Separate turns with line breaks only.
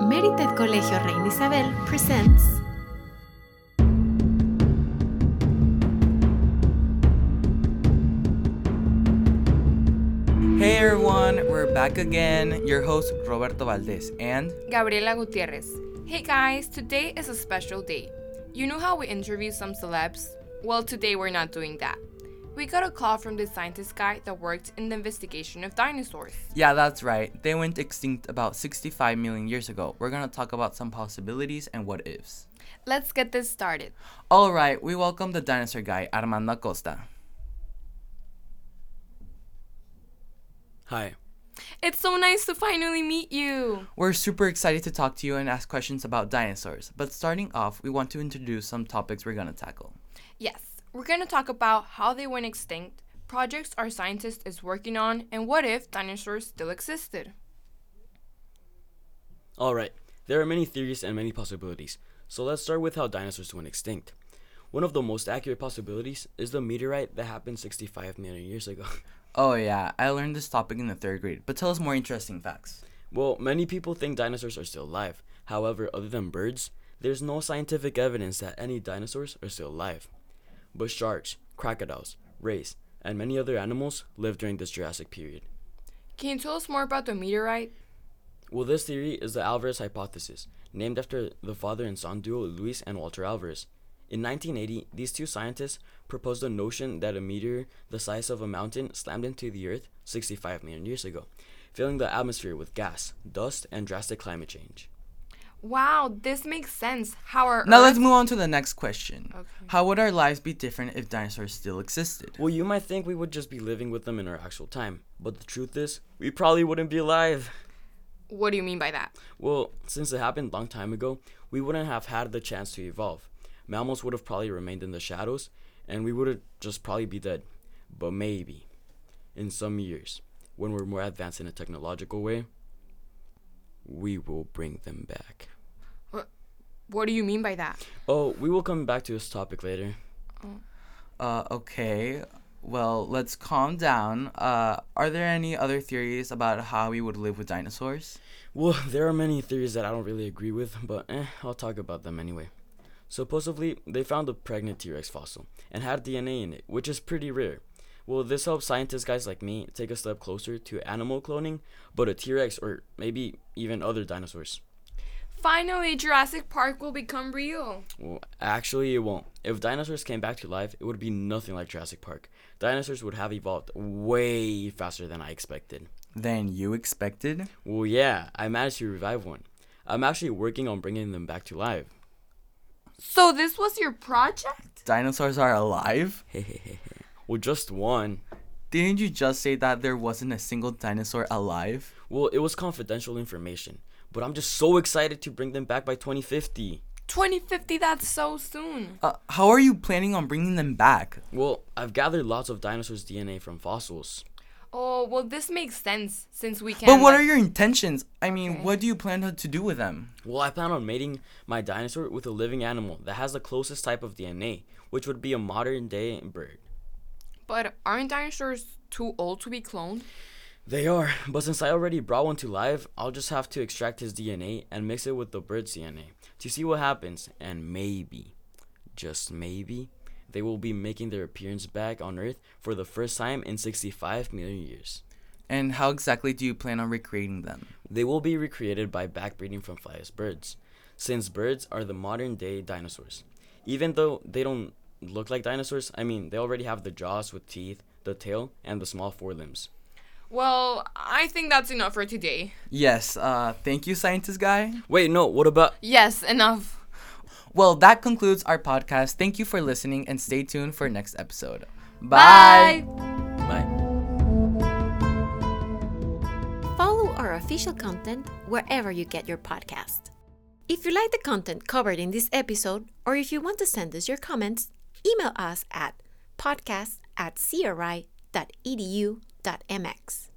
Merited Colegio Reina Isabel presents
Hey everyone, we're back again. Your host Roberto Valdez and
Gabriela Gutierrez. Hey guys, today is a special day. You know how we interview some celebs? Well, today we're not doing that. We got a call from the scientist guy that worked in the investigation of dinosaurs.
yeah, that's right. They went extinct about 65 million years ago. We're going to talk about some possibilities and what ifs.
Let's get this started.
All right, we welcome the dinosaur guy Armando Acosta.
Hi.
It's so nice to finally meet you.
We're super excited to talk to you and ask questions about dinosaurs. But starting off, we want to introduce some topics we're going to tackle.
Yes, we're going to talk about how they went extinct, projects our scientist is working on, and what if dinosaurs still existed.
Alright, there are many theories and many possibilities, so let's start with how dinosaurs went extinct. One of the most accurate possibilities is the meteorite that happened 65 million years ago.
Oh yeah, I learned this topic in the 3rd grade. But tell us more interesting facts.
well, many people think dinosaurs are still alive. However, other than birds, there's no scientific evidence that any dinosaurs are still alive. But sharks, crocodiles, rays, and many other animals lived during this Jurassic period.
Can you tell us more about the meteorite?
Well, this theory is the Alvarez hypothesis, named after the father and son duo Luis and Walter Alvarez. In 1980, these two scientists proposed the notion that a meteor the size of a mountain slammed into the Earth 65 million years ago, filling the atmosphere with gas, dust, and drastic climate change.
Wow, this makes sense. How are
Now let's
Earth-
move on to the next question.
Okay.
How would our lives be different if dinosaurs still existed?
Well, you might think we would just be living with them in our actual time, but the truth is, we probably wouldn't be alive.
What do you mean by that?
Well, since it happened long time ago, we wouldn't have had the chance to evolve. Mammals would have probably remained in the shadows, and we would have just probably be dead. But maybe, in some years, when we're more advanced in a technological way, we will bring them back.
What do you mean by that?
Oh, we will come back to this topic later.
Uh, okay. Well, let's calm down. Uh, are there any other theories about how we would live with dinosaurs?
Well, there are many theories that I don't really agree with, but eh, I'll talk about them anyway. Supposedly, they found a pregnant T Rex fossil and had DNA in it, which is pretty rare. Well, this helps scientist guys like me take a step closer to animal cloning, but a T Rex or maybe even other dinosaurs.
Finally, Jurassic Park will become real.
Well, actually, it won't. If dinosaurs came back to life, it would be nothing like Jurassic Park. Dinosaurs would have evolved way faster than I expected.
Than you expected?
Well, yeah, I managed to revive one. I'm actually working on bringing them back to life.
So this was your project?
Dinosaurs are alive?
Well, just one.
Didn't you just say that there wasn't a single dinosaur alive?
Well, it was confidential information, but I'm just so excited to bring them back by 2050.
2050, that's so soon.
Uh, how are you planning on bringing them back?
Well, I've gathered lots of dinosaurs' DNA from fossils.
Oh, well, this makes sense since we can.
But what are
like-
your intentions? I mean, what do you plan to- to do with them?
Well, I plan on mating my dinosaur with a living animal that has the closest type of DNA, which would be a modern day bird.
But aren't dinosaurs too old to be cloned?
They are, but since I already brought one to life, I'll just have to extract his DNA and mix it with the bird's DNA to see what happens, and maybe, just maybe, they will be making their appearance back on Earth for the first time in 65 million years.
And how exactly do you plan on recreating them?
They will be recreated by backbreeding from flyest birds, since birds are the modern day dinosaurs. Even though they don't look like dinosaurs, I mean, they already have the jaws with teeth, the tail, and the small forelimbs.
Well, I think that's enough for today.
Yes, uh, thank you, scientist guy.
Wait, no, what about.
Yes, enough.
Well, that concludes our podcast. Thank you for listening and stay tuned for next episode. Bye.
Bye.
Follow our official content wherever you get your podcast. If you like the content covered in this episode, or if you want to send us your comments, email us at podcast at cri.edu.mx.